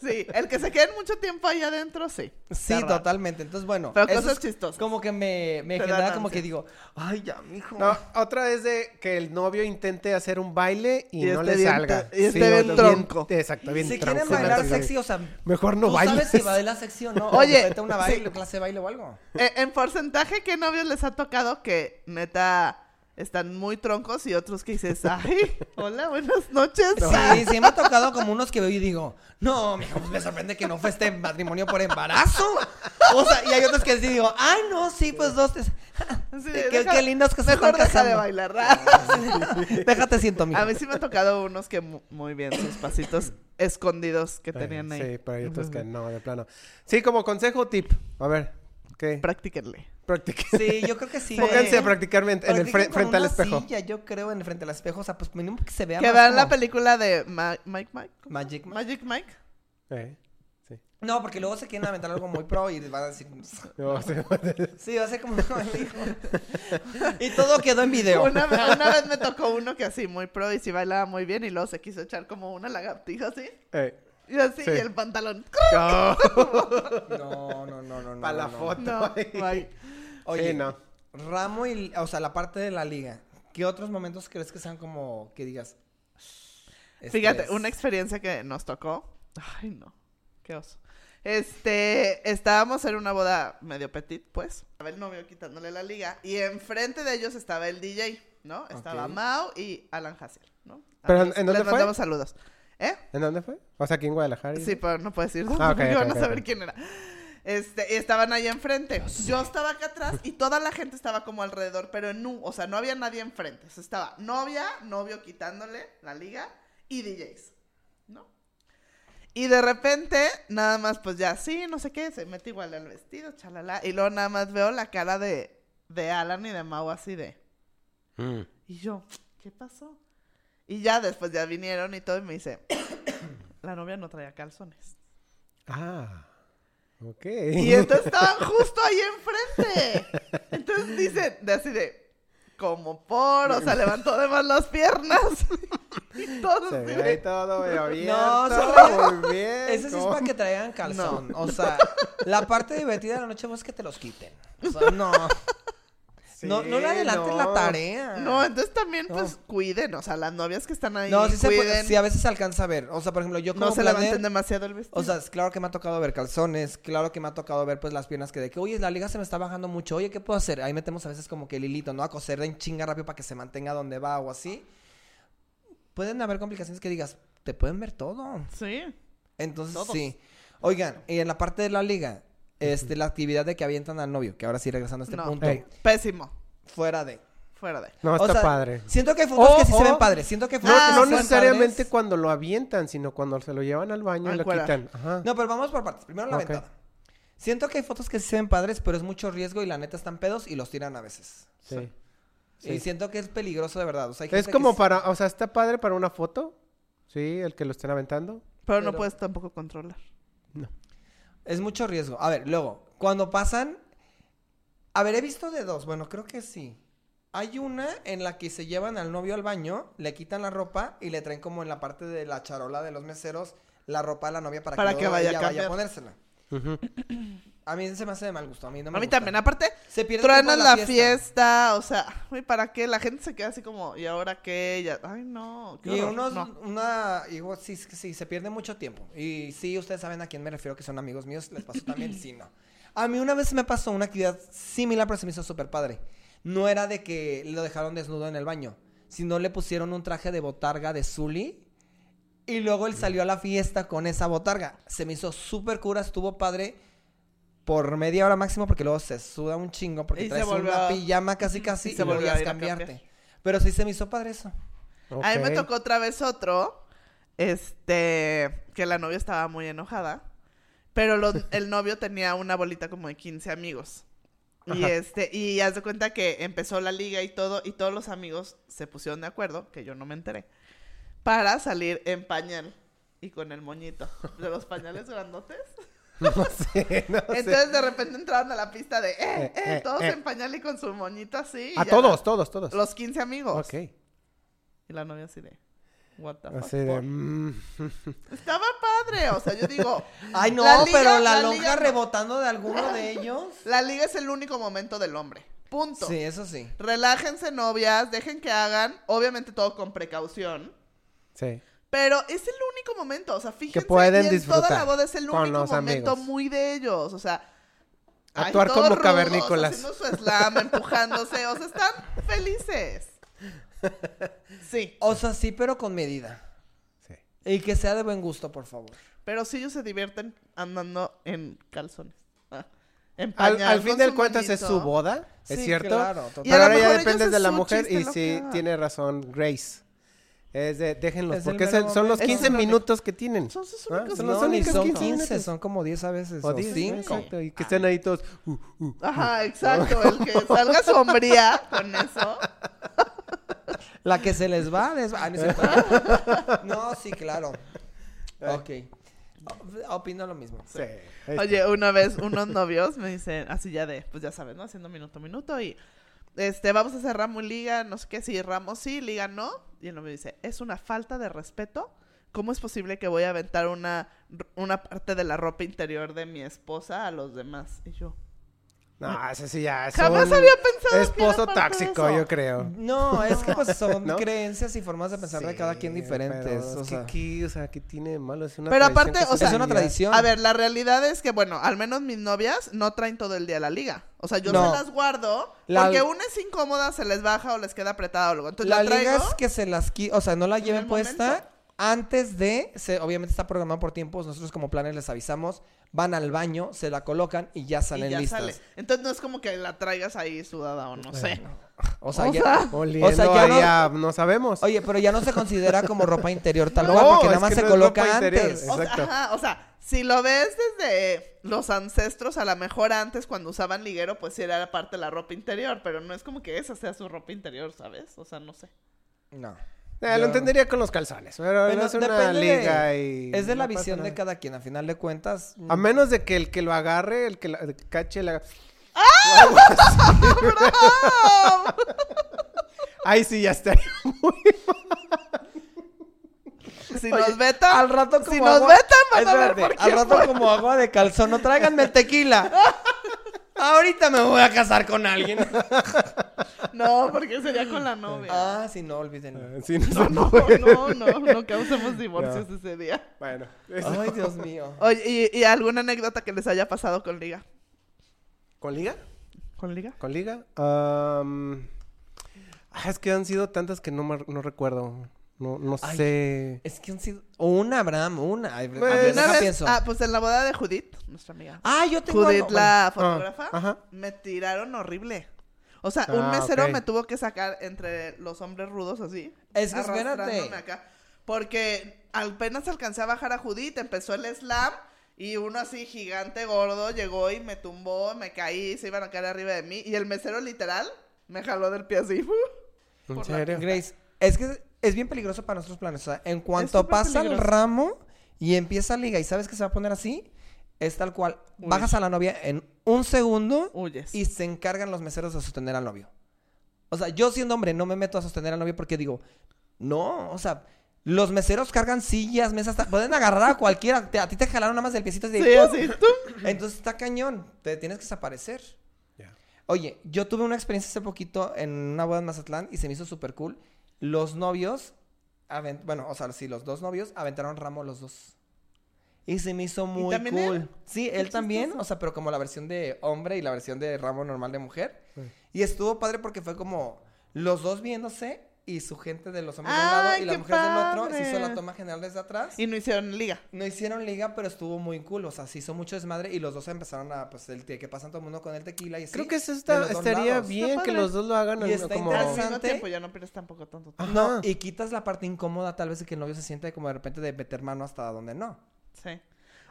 S2: Sí, el que se queden mucho tiempo ahí adentro, sí.
S3: sí,
S2: Está raro.
S3: totalmente. Entonces, bueno,
S2: Pero
S3: eso
S2: cosas
S3: es
S2: chistosas.
S3: Como que me, me
S2: Te
S3: genera
S2: dan
S3: como
S2: ansia.
S3: que digo, ay, ya, mijo.
S1: No, otra es de que el novio intente hacer un baile y,
S2: Y
S1: no
S2: esté
S1: le
S2: bien
S1: salga.
S2: ta- y esté bien
S1: o-
S2: tronco.
S1: exacto, bien
S3: si
S1: tronco.
S3: quieren bailar
S1: sí.
S3: sexy, o sea,
S1: Mejor no
S3: tú
S1: bailes.
S3: sabes si baila sexy o no.
S2: Oye,
S3: Vete a una
S2: sí.
S3: baile, clase de baile o algo.
S2: Eh, en porcentaje, ¿qué novios les ha tocado que neta están muy troncos y otros que
S3: [LAUGHS]
S2: dices, ay, hola, buenas noches? Ah,
S3: Sí, sí me ha tocado como unos que veo y digo, no, mijo, pues me sorprende que no fue este matrimonio por embarazo. O sea, y hay otros que sí digo, ay, no, sí, pues dos, tres.
S2: Sí,
S3: qué-
S2: deja-
S3: qué lindos que se
S2: mejor
S3: están
S2: deja de
S3: casando.
S2: bailar.
S3: [LAUGHS]
S2: Ah,
S3: Déjate siento, mijo.
S2: A mí sí me ha tocado unos que mu- muy bien sus pasitos escondidos que
S1: Eh,
S2: tenían ahí.
S1: Sí, pero hay otros que no, de plano. Sí, como consejo o tip. A ver, ¿qué?
S2: Practíquenle.
S1: Practiquen.
S3: Sí, yo creo que
S1: [LAUGHS]
S3: sí. eh.
S1: Pónganse a practicar en, en el
S3: Practiquen
S1: fre-
S3: con
S1: frente al
S3: una
S1: espejo.
S3: silla, yo creo, en el frente al espejo. O sea, pues mínimo que se vea
S2: Que
S3: más
S2: vean
S3: como
S2: la película de Ma- Mike Mike.
S3: Magic Ma-
S2: Magic Mike.
S1: Eh, sí.
S3: No, porque luego se quieren aventar algo muy pro y van a decir... [LAUGHS]
S1: No, [LAUGHS] sí.
S3: Sí, va a ser como...
S1: [LAUGHS]
S3: y todo quedó en video.
S2: Una, ve- una vez me tocó uno que así, muy pro y sí bailaba muy bien y luego se quiso echar como una lagartija así.
S3: [LAUGHS]
S1: Eh.
S2: Y así,
S1: Sí.
S2: y el
S1: [LAUGHS]
S2: pantalón.
S1: No.
S3: No, no, no, no, no.
S1: Pa' la
S3: no, no.
S1: foto.
S2: No, ay.
S3: Oye,
S1: Sí, no.
S3: Ramo y... O sea, la parte de la liga. ¿Qué otros momentos crees que sean como... Que digas... este
S2: Fíjate,
S3: es-
S2: una experiencia que nos tocó. Ay, no. Qué oso. Este, estábamos en una boda medio petit, pues. Estaba el novio quitándole la liga y enfrente de ellos estaba el DJ, ¿no? Estaba
S3: Ok.
S2: Mao y Alan Hassel, ¿no? A
S1: ¿Pero en-
S2: ellos
S1: en dónde
S2: les
S1: fue?
S2: mandamos saludos. ¿Eh?
S1: ¿En dónde fue? O sea, aquí en Guadalajara.
S2: Sí, pero no puedes ir.
S1: Ah, ok,
S2: [LAUGHS] porque
S1: ok,
S2: van a
S1: ok,
S2: saber
S1: ok.
S2: quién era. Este, y estaban allá enfrente. Yo estaba acá atrás y toda la gente estaba como alrededor, pero en un, o sea, no había nadie enfrente. O sea, estaba novia, novio quitándole la liga y DJs. ¿No? Y de repente, nada más, pues ya sí, no sé qué, se mete igual al vestido, chalala. Y luego nada más veo la cara de, de Alan y de Mau así de.
S1: Mm.
S2: Y yo, ¿qué pasó? Y ya después ya vinieron y todo y me dice, [COUGHS] la novia no traía calzones.
S1: Ah, ok.
S3: [LAUGHS]
S2: Y entonces estaban justo ahí enfrente. Entonces dicen, de así de, como por, o sea, levantó de más las piernas. [LAUGHS] Y todos
S1: Se
S2: así
S1: ve
S2: de,
S1: ahí todo medio abierto.
S3: [LAUGHS] solo-
S1: Muy bien.
S3: Ese sí es
S1: ¿cómo?
S3: para que traigan calzón. O sea, la parte divertida de la noche es que te los quiten. O sea, no. no, no
S1: Sí,
S3: le adelantes
S1: no.
S3: la tarea.
S2: No, entonces también
S3: No.
S2: pues cuiden, o sea, las novias que están ahí,
S3: No, sí, se puede-
S2: cuiden.
S3: sí, a veces se alcanza a ver. O sea, por ejemplo, yo como
S2: no se
S3: planner,
S2: levanten demasiado el vestido.
S3: O sea, es claro que me ha tocado ver calzones, claro que me ha tocado ver pues las piernas que de que, oye, la liga se me está bajando mucho, oye, ¿qué puedo hacer? Ahí metemos a veces como que el hilito, ¿no? A coser en chinga rápido para que se mantenga donde va o así. Pueden haber complicaciones que digas, te pueden ver todo.
S2: sí.
S3: Entonces,
S2: Todos.
S3: sí. Oigan, y en la parte de la liga, este, la actividad de que avientan al novio, que ahora sí regresando a este
S2: no.
S3: punto,
S1: Ey.
S2: Pésimo.
S3: fuera de.
S2: Fuera de.
S1: No,
S3: O
S1: está
S3: sea,
S1: padre.
S3: Siento que hay fotos
S1: O-
S3: que sí se
S1: o-
S3: ven padres. Siento que hay
S1: No,
S3: fotos que
S1: Oh, Ah,
S3: sí
S1: no
S3: se ven
S1: necesariamente
S3: padres.
S1: cuando lo avientan, sino cuando se lo llevan al baño y
S2: Ah,
S1: lo
S2: fuera.
S1: quitan. Ajá.
S3: No, pero vamos por partes. Primero la
S1: Ok.
S3: aventada. Siento que hay fotos que sí se ven padres, pero es mucho riesgo y la neta están pedos y los tiran a veces.
S1: sí.
S3: Y
S1: Sí.
S3: siento que es peligroso de verdad. O sea,
S1: Es
S3: hay gente que
S1: como
S3: sí-
S1: para, o sea, está padre para una foto. Sí, el que lo estén aventando.
S2: Pero no
S3: Pero-
S2: puedes tampoco controlar.
S3: Es mucho riesgo. A ver, luego, cuando pasan... A ver, he visto de dos. Bueno, creo que sí. Hay una en la que se llevan al novio al baño, le quitan la ropa y le traen como en la parte de la charola de los meseros la ropa a la novia para,
S2: Para
S3: que,
S2: que
S3: luego
S2: vaya a
S3: ella vaya a
S2: cambiar.
S3: ponérsela.
S1: Ujú.
S3: A mí se me hace de mal gusto. A mí no me
S2: a mí
S3: gusta.
S2: también. Aparte,
S3: Se pierde el tiempo
S2: truena
S3: en
S2: la, fiesta. o sea, uy, ¿para qué? La gente se queda así como, ¿y ahora qué? Ya- ay, no. qué
S3: Y
S2: horror,
S3: unos,
S2: no.
S3: una, igual, sí, es que sí, se pierde mucho tiempo. Y sí, ustedes saben a quién me refiero, que son amigos míos, les pasó
S2: [CLEARS THROAT]
S3: también, sí, no. A mí una vez me pasó una actividad similar, pero se me hizo súper padre. No era de que lo dejaron desnudo en el baño, sino le pusieron un traje de botarga de Zully y luego él salió a la fiesta con esa botarga. Se me hizo súper cura, estuvo padre por media hora máximo porque luego se suda un chingo porque
S2: Y se
S3: traes
S2: volvió
S3: una
S2: a- [LAUGHS]
S3: pijama casi casi y,
S2: y se
S3: luego
S2: volvió a
S3: ya
S2: ir a
S3: cambiarte.
S2: cambiar.
S3: Pero sí se me hizo padre eso.
S2: A mí me
S1: Ok.
S2: tocó otra vez otro, este, que la novia estaba muy enojada,
S1: [LAUGHS]
S2: pero los- el novio tenía una bolita como de 15 amigos. Y
S1: Ajá.
S2: este, y haz de cuenta que empezó la liga y todo, y todos los amigos se pusieron de acuerdo, que yo no me enteré, para salir en pañal y con el moñito. De los
S1: [LAUGHS]
S2: pañales grandotes.
S1: [LAUGHS] No sé, no sé.
S2: Entonces de repente entraron a la pista de, eh, eh,
S1: eh,
S2: todos
S1: eh.
S2: en pañal y con su moñito así. y
S1: a
S2: ya
S1: todos, todos, todos.
S2: la- Los 15 amigos.
S1: Ok.
S2: Y la novia así de, what the fuck.
S1: Así de,
S2: por?"
S1: mm,
S2: Estaba padre, o sea, yo digo,
S3: Ay, no,
S2: La liga-
S3: pero la,
S2: la
S3: lonja
S2: liga no.
S3: rebotando de
S2: [LAUGHS]
S3: alguno de ellos.
S2: la liga es el único momento del hombre. Punto.
S3: Sí, eso sí.
S2: Relájense, novias, dejen que hagan, obviamente todo con precaución,
S1: sí.
S2: pero es el único momento, o sea, fíjense,
S1: pueden
S2: y en
S1: disfrutar
S2: toda la boda es el
S1: con
S2: único
S1: los
S2: momento
S1: amigos.
S2: muy de ellos, o sea, ay,
S1: Actuar
S2: todos
S1: como
S2: rudos,
S1: cavernícolas.
S2: haciendo su slam, empujándose, o sea, están
S1: [LAUGHS]
S2: felices. Sí,
S3: O sea, sí, pero con medida.
S1: sí.
S3: Y que sea de buen gusto, por favor.
S2: pero sí ellos se divierten andando en calzones. ah, en
S1: Al,
S2: pañal,
S1: al
S2: con
S1: fin
S2: su
S1: del cuento esa es
S2: moñito.
S1: su boda, ¿es
S3: Sí,
S1: cierto?
S3: claro, total.
S2: Y a
S1: Pero
S2: lo
S1: ahora ya
S2: mejor
S1: dependes
S2: ellos
S1: de
S2: es
S1: la
S2: su
S1: mujer y
S2: chiste,
S1: sí,
S2: loca.
S1: tiene razón Grace. Es de, déjenlos,
S3: Es el
S1: porque es
S3: mero
S1: el- son los
S3: momento.
S1: 15
S3: Es el único.
S1: minutos que tienen.
S2: Son sus
S1: Ah,
S2: únicos
S1: son
S3: no,
S1: los
S3: ni
S1: únicos
S3: son
S1: 15
S3: 15,
S1: minutos.
S3: son como 10 a veces.
S1: O
S3: O
S1: 10,
S3: 5.
S1: exacto, y que estén ahí todos. uh, uh.
S2: Ajá, exacto. El que salga sombría con eso.
S3: La que se les
S1: [LAUGHS]
S3: va, les va. Ah, no, es cierto. No, sí, claro. Ok. O- Opino lo mismo.
S1: Sí, ahí está.
S2: Oye, una vez unos novios me dicen, así ya de, pues ya sabes, ¿no? Haciendo minuto a minuto y, este, vamos a hacer ramo y liga, no sé qué, si ramo sí, liga no. Y el novio dice, es una falta de respeto. ¿Cómo es posible que voy a aventar una, una parte de la ropa interior de mi esposa a los demás? Y yo,
S1: No, ese sí ya es
S2: jamás
S1: un
S2: había pensado que
S1: esposo
S2: era parte de
S1: tóxico,
S2: eso.
S1: yo creo.
S3: No, es que pues son
S1: Ah. [LAUGHS] ¿No?
S3: creencias y formas de pensar de cada quien
S1: Sí,
S3: diferentes.
S1: pero
S3: o
S1: es
S3: sea,
S1: que aquí, o sea, que tiene de malo. Es una
S2: Pero
S1: tradición
S2: aparte,
S1: que
S2: o
S1: se
S2: sea,
S3: es una
S1: olvida.
S3: tradición.
S2: A ver, la realidad es que, bueno, al menos mis novias no traen todo el día la liga. O sea, yo
S3: No.
S2: se las guardo
S3: La-
S2: porque una es incómoda, se les baja o les queda apretada o algo. Entonces
S3: la
S2: la,
S3: liga
S2: traigo.
S3: es que se las qui- o sea, no la lleven
S2: el
S3: puesta
S2: momento.
S3: antes de, se- obviamente está programado por tiempos, nosotros como planes les avisamos, van al baño, se la colocan y ya salen
S2: y ya
S3: listas.
S2: sale. Entonces no es como que la traigas ahí sudada o no sé.
S3: [LAUGHS] O sea,
S2: O
S3: ya-
S2: sea,
S1: Oliendo
S3: ya
S1: ahí
S3: no-
S1: a- no... sabemos. Eh,
S3: Oye, pero ya no se considera como ropa interior tal
S1: No,
S3: cual, porque
S1: es
S3: nada más
S1: que
S3: se
S1: no es ropa
S3: coloca
S1: interior,
S3: antes.
S1: es-
S2: O sea,
S1: Exacto.
S2: ajá, o sea, si lo ves desde los ancestros, a lo mejor antes cuando usaban liguero, pues sí era la parte de la ropa interior, pero no es como que esa sea su ropa interior, ¿sabes? O sea, no sé.
S3: No.
S1: Eh,
S3: Yo-
S1: Lo entendería con los calzones, pero
S3: Bueno,
S1: no es una
S3: depende de-
S1: liga y...
S3: Es de la
S1: no pasa
S3: visión de
S1: nada.
S3: cada quien, a final de cuentas.
S1: A menos de que el que lo agarre, el que la- el que cache la...
S2: ¡Ah!
S1: [LAUGHS] Ahí sí ya
S2: [LAUGHS]
S1: está.
S2: Si
S3: Oye,
S2: nos vetan,
S3: [LAUGHS] al rato como
S2: si nos
S3: agua-
S2: vetan, van a ver
S3: Espérate,
S2: por
S3: al
S2: qué.
S3: rato como agua de calzón, no tráiganme
S1: [LAUGHS]
S3: el tequila. Ahorita me voy a casar con alguien.
S2: No, porque sería con la novia.
S3: Ah, sí, no, olvídenlo.
S1: Sí, [LAUGHS] no se
S2: No,
S1: puede.
S2: no, no, no causemos divorcios ese día.
S1: Bueno, eso.
S3: Ay, Dios mío.
S2: Oye, ¿y, y alguna anécdota que les haya pasado con Liga?
S1: [LAUGHS] ¿Con liga?
S2: ¿Con Liga?
S1: ¿Con liga? Am, ah, es que han sido tantas que no, me- no recuerdo. No, no
S3: Ay.
S1: sé.
S3: Es que han sido... Una, Abraham, una. Ay,
S1: Bueno,
S3: a ver,
S2: Pues, una
S3: deja
S2: vez,
S3: pienso.
S2: ah, pues en la boda de Judith, nuestra amiga.
S3: Ah, yo tengo...
S2: Judith,
S3: algo-
S2: la
S1: bueno.
S2: fotógrafa,
S1: Ah, ajá.
S2: me tiraron horrible. O sea,
S1: Ah,
S2: un mesero
S1: ok.
S2: me tuvo que sacar entre los hombres rudos así.
S3: Es que
S2: arrastrándome
S3: espérate.
S2: acá, porque apenas alcancé a bajar a Judith, empezó el slam y uno así gigante gordo llegó y me tumbó, me caí, se iban a caer arriba de mí y el mesero literal me jaló del pie así. [LAUGHS]
S1: ¿En
S2: por la-
S1: serio?
S3: Grace, es que es bien peligroso para nuestros planes. O sea, en cuanto
S2: súper
S3: pasa el
S2: peligroso.
S3: ramo y empieza liga y sabes que se va a poner así, es tal cual.
S2: Uy.
S3: Bajas a la novia en un segundo
S2: Huyes.
S3: y se encargan los meseros de sostener al novio. O sea, yo siendo hombre no me meto a sostener al novio porque digo, no, o sea, los meseros cargan sillas, mesas, ta- pueden agarrar a cualquiera. Te- a ti te jalaron nada más del piecito. así de,
S2: Sí, así. tum.
S3: Entonces está cañón, te tienes que desaparecer.
S1: Ya.
S3: Oye, yo tuve una experiencia hace poquito en una boda en Mazatlán y se me hizo súper cool. Los novios, aven- bueno, o sea, sí, los dos novios aventaron ramo los dos. Y se me hizo muy
S2: también
S3: cool.
S2: él?
S3: Sí, él también, o sea, pero como la versión de hombre y la versión de ramo normal de mujer.
S1: Sí.
S3: Y estuvo padre porque fue como los dos viéndose y su gente de los hombres de un
S2: ¡Ay,
S3: lado y las
S2: qué
S3: mujeres del otro. Se hizo
S2: padre!
S3: la toma general desde atrás.
S2: Y no hicieron liga.
S3: No hicieron liga, pero estuvo muy cool. O sea, se hizo mucho desmadre y los dos empezaron a, pues, el te- que pasan todo el mundo con el tequila y así.
S1: Creo que eso
S3: de
S1: está-
S3: los dos
S1: estaría
S3: lados.
S1: bien
S2: Está
S1: que
S2: padre.
S1: los dos lo hagan
S3: Y
S1: en- como...
S3: está
S2: Al
S3: interesante.
S2: mismo
S3: Interesante.
S2: tiempo ya no pierdes tampoco tanto tiempo.
S3: No,
S1: Ajá.
S3: y quitas la parte incómoda tal vez de que el novio se siente como de repente de meter mano hasta donde no.
S2: Sí.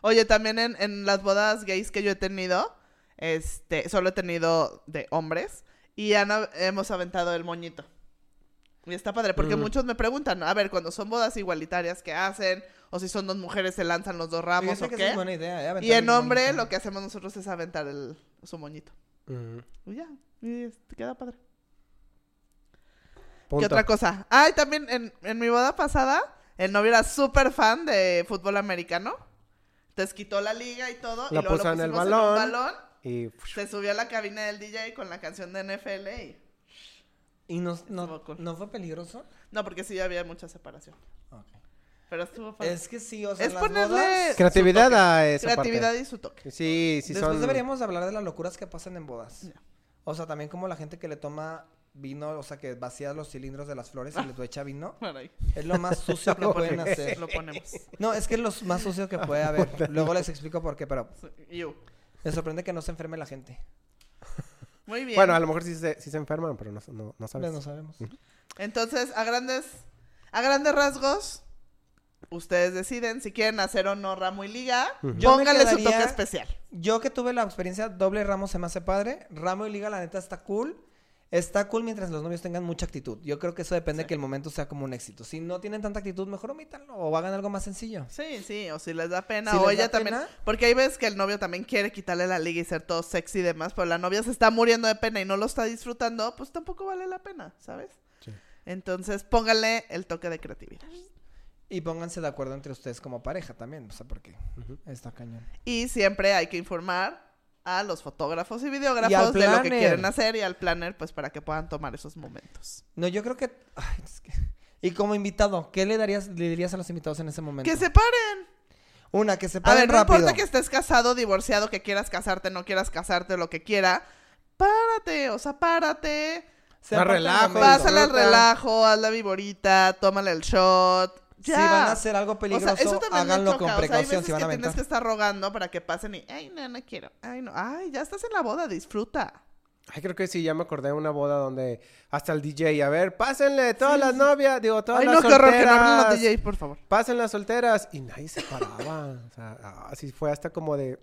S2: Oye, también en, en las bodas gays que yo he tenido, este, solo he tenido de hombres y han av- hemos aventado el moñito. Y está padre, porque
S1: Mm.
S2: muchos me preguntan, a ver, cuando son bodas igualitarias, ¿qué hacen? O si son dos mujeres, se lanzan los dos ramos
S3: Fíjate
S2: o
S3: que esa
S2: qué.
S3: es buena idea, ¿eh?
S2: Y
S3: Aventar
S2: en
S3: el
S2: hombre,
S3: monito.
S2: lo que hacemos nosotros es aventar el, su moñito.
S1: Mm,
S2: Y ya, y es- queda padre. ¿Qué
S1: punto.
S2: otra cosa? Ay, también en, en mi boda pasada, el novio era súper fan de fútbol americano. Entonces quitó la liga y todo.
S1: La
S2: y luego
S1: puso en
S2: lo
S1: el
S2: pusimos
S1: balón.
S2: En un balón.
S1: Y...
S2: Se subió a la cabina del DJ con la canción de NFL y...
S3: ¿Y no, no,
S2: Estuvo cool.
S3: no fue peligroso?
S2: No, porque sí había mucha separación. Pero estuvo padre.
S3: Es que sí, o sea,
S2: Es
S3: las
S2: ponerle
S3: bodas...
S1: Creatividad
S2: su toque.
S1: a esa
S2: Creatividad
S1: parte.
S2: y su toque.
S1: Sí, sí
S3: Después
S1: son...
S3: deberíamos hablar de las locuras que pasan en bodas.
S2: Ya.
S3: O sea, también como la gente que le toma vino, o sea, que vacía los cilindros de las flores y les echa vino.
S1: [LAUGHS]
S2: Bueno, ahí
S3: Es lo más sucio que
S1: Lo
S3: pueden
S1: ponemos.
S3: hacer.
S2: lo ponemos.
S3: No, es que es lo más sucio que
S2: [LAUGHS]
S3: puede haber. Luego les explico por qué, pero
S2: You.
S3: me sorprende que no se enferme la gente.
S2: Muy bien.
S1: Bueno, a lo mejor sí se, sí se enferman, pero no, no, no sabes.
S3: Pero no sabemos.
S2: Entonces, a grandes, a grandes rasgos, ustedes deciden si quieren hacer o no ramo y liga.
S1: Ujú.
S3: Yo me
S2: Pónganle su
S3: quedaría-
S2: toque especial.
S3: Yo que tuve la experiencia doble ramo se me hace padre. Ramo y liga, la neta, está cool. Está cool mientras los novios tengan mucha actitud. Yo creo que eso depende que el momento sea como un éxito. Si no tienen tanta actitud, mejor omítanlo o hagan algo más sencillo.
S2: Sí, sí, o si les da pena,
S3: Si
S2: o
S3: les da
S2: ella también.
S3: pena.
S2: Porque hay veces que el novio también quiere quitarle la liga y ser todo sexy y demás, pero la novia se está muriendo de pena y no lo está disfrutando, pues tampoco vale la pena, ¿sabes?
S1: Sí.
S2: Entonces, póngale el toque de creatividad.
S3: Y pónganse de acuerdo entre ustedes como pareja también. O sea, porque está cañón.
S2: Y siempre hay que informar a los fotógrafos y videógrafos
S3: Y al
S2: de lo que
S3: planner.
S2: quieren hacer y al planner, pues para que puedan tomar esos momentos.
S3: No, yo creo que... ay, es que- Y como invitado, ¿qué le darías, le dirías a los invitados en ese momento?
S2: Que se paren.
S3: Una, que se
S2: A
S3: paren
S2: ver, no
S3: rápido.
S2: importa que estés casado, divorciado, que quieras casarte, no quieras casarte, lo que quiera. Párate, o sea, párate.
S3: Se
S1: No
S3: aparta el
S1: relajo,
S3: momento.
S1: Pásala
S2: Pásale al
S1: disfruta.
S2: relajo, haz la viborita, tómale el shot, Ya.
S3: Si van a hacer algo
S2: O sea,
S3: peligroso,
S2: eso también me
S3: háganlo con
S2: choca, o sea, hay
S3: precaución.
S2: veces
S3: si van a
S2: que
S3: aventar.
S2: tienes que estar rogando para que pasen y, ay, no, no quiero, ay, no, ay, ya estás en la boda, disfruta.
S1: Ay, creo que sí, ya me acordé de una boda donde hasta el DJ, a ver, pásenle todas las novias, digo, todas
S2: Ay,
S1: las
S2: no, qué horror, que no hablen los
S1: solteras,
S2: DJs, por favor.
S1: Pasen las solteras y nadie se paraba. o sea, ah, así fue hasta como de.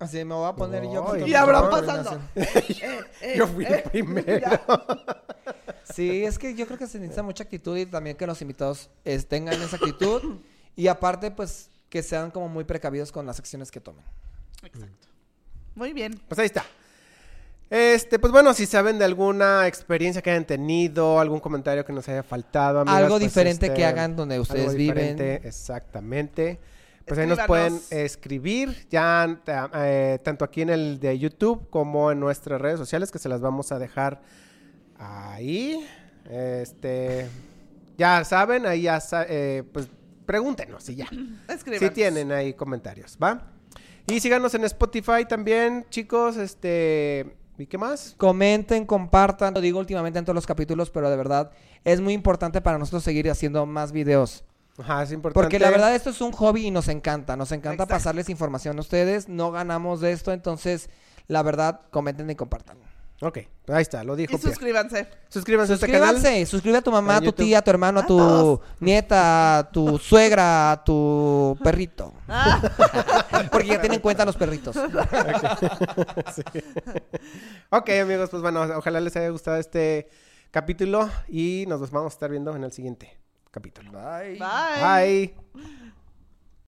S3: Así me voy a poner yo.
S1: No,
S3: con
S1: y
S3: todo
S2: Y
S3: mi
S2: habrán
S3: coordinación.
S2: pasando. [LAUGHS]
S3: [LAUGHS]
S2: Eh, eh,
S1: Yo fui el primero.
S3: Sí, es que yo creo que se necesita mucha actitud y también que los invitados es, tengan esa actitud. Y aparte, pues, que sean como muy precavidos con las acciones que tomen.
S2: Exacto. Muy bien.
S1: Pues ahí está. Este, pues bueno, si saben de alguna experiencia que hayan tenido, algún comentario que nos haya faltado, amigas,
S3: Algo
S1: pues,
S3: diferente
S1: este,
S3: que hagan donde ustedes
S1: algo
S3: viven.
S1: diferente, Exactamente. Pues ahí nos pueden
S2: Escríbanos.
S1: escribir ya eh, tanto aquí en el de YouTube como en nuestras redes sociales que se las vamos a dejar ahí. Este, ya saben, ahí ya sa- eh, pues pregúntenos y ya.
S2: [LAUGHS] Escriban.
S1: Si tienen ahí comentarios, ¿va? Y síganos en Spotify también, chicos, este, ¿y qué más?
S3: Comenten, compartan. Lo digo últimamente en todos los capítulos, pero de verdad es muy importante para nosotros seguir haciendo más videos.
S1: Ajá, es importante.
S3: Porque la verdad esto es un hobby y nos encanta. Nos encanta
S2: Exacto.
S3: pasarles información a ustedes. No ganamos de esto, entonces la verdad comenten y compartan.
S1: Ok, ahí está, lo dijo
S2: Y
S1: Pierre.
S2: suscríbanse.
S1: Suscríbanse a este canal.
S3: Suscríbanse, suscribe a tu mamá, a
S1: En
S3: tu
S1: YouTube.
S3: tía, a tu hermano, a
S2: A
S3: tu
S2: todos.
S3: nieta, a tu suegra, a tu perrito.
S2: Ah,
S3: [LAUGHS] Porque ya tienen en cuenta los perritos.
S1: Ok, amigos, pues bueno, ojalá les haya gustado este capítulo y nos vamos a estar viendo en el siguiente capítulo.
S2: Bye.
S1: Bye.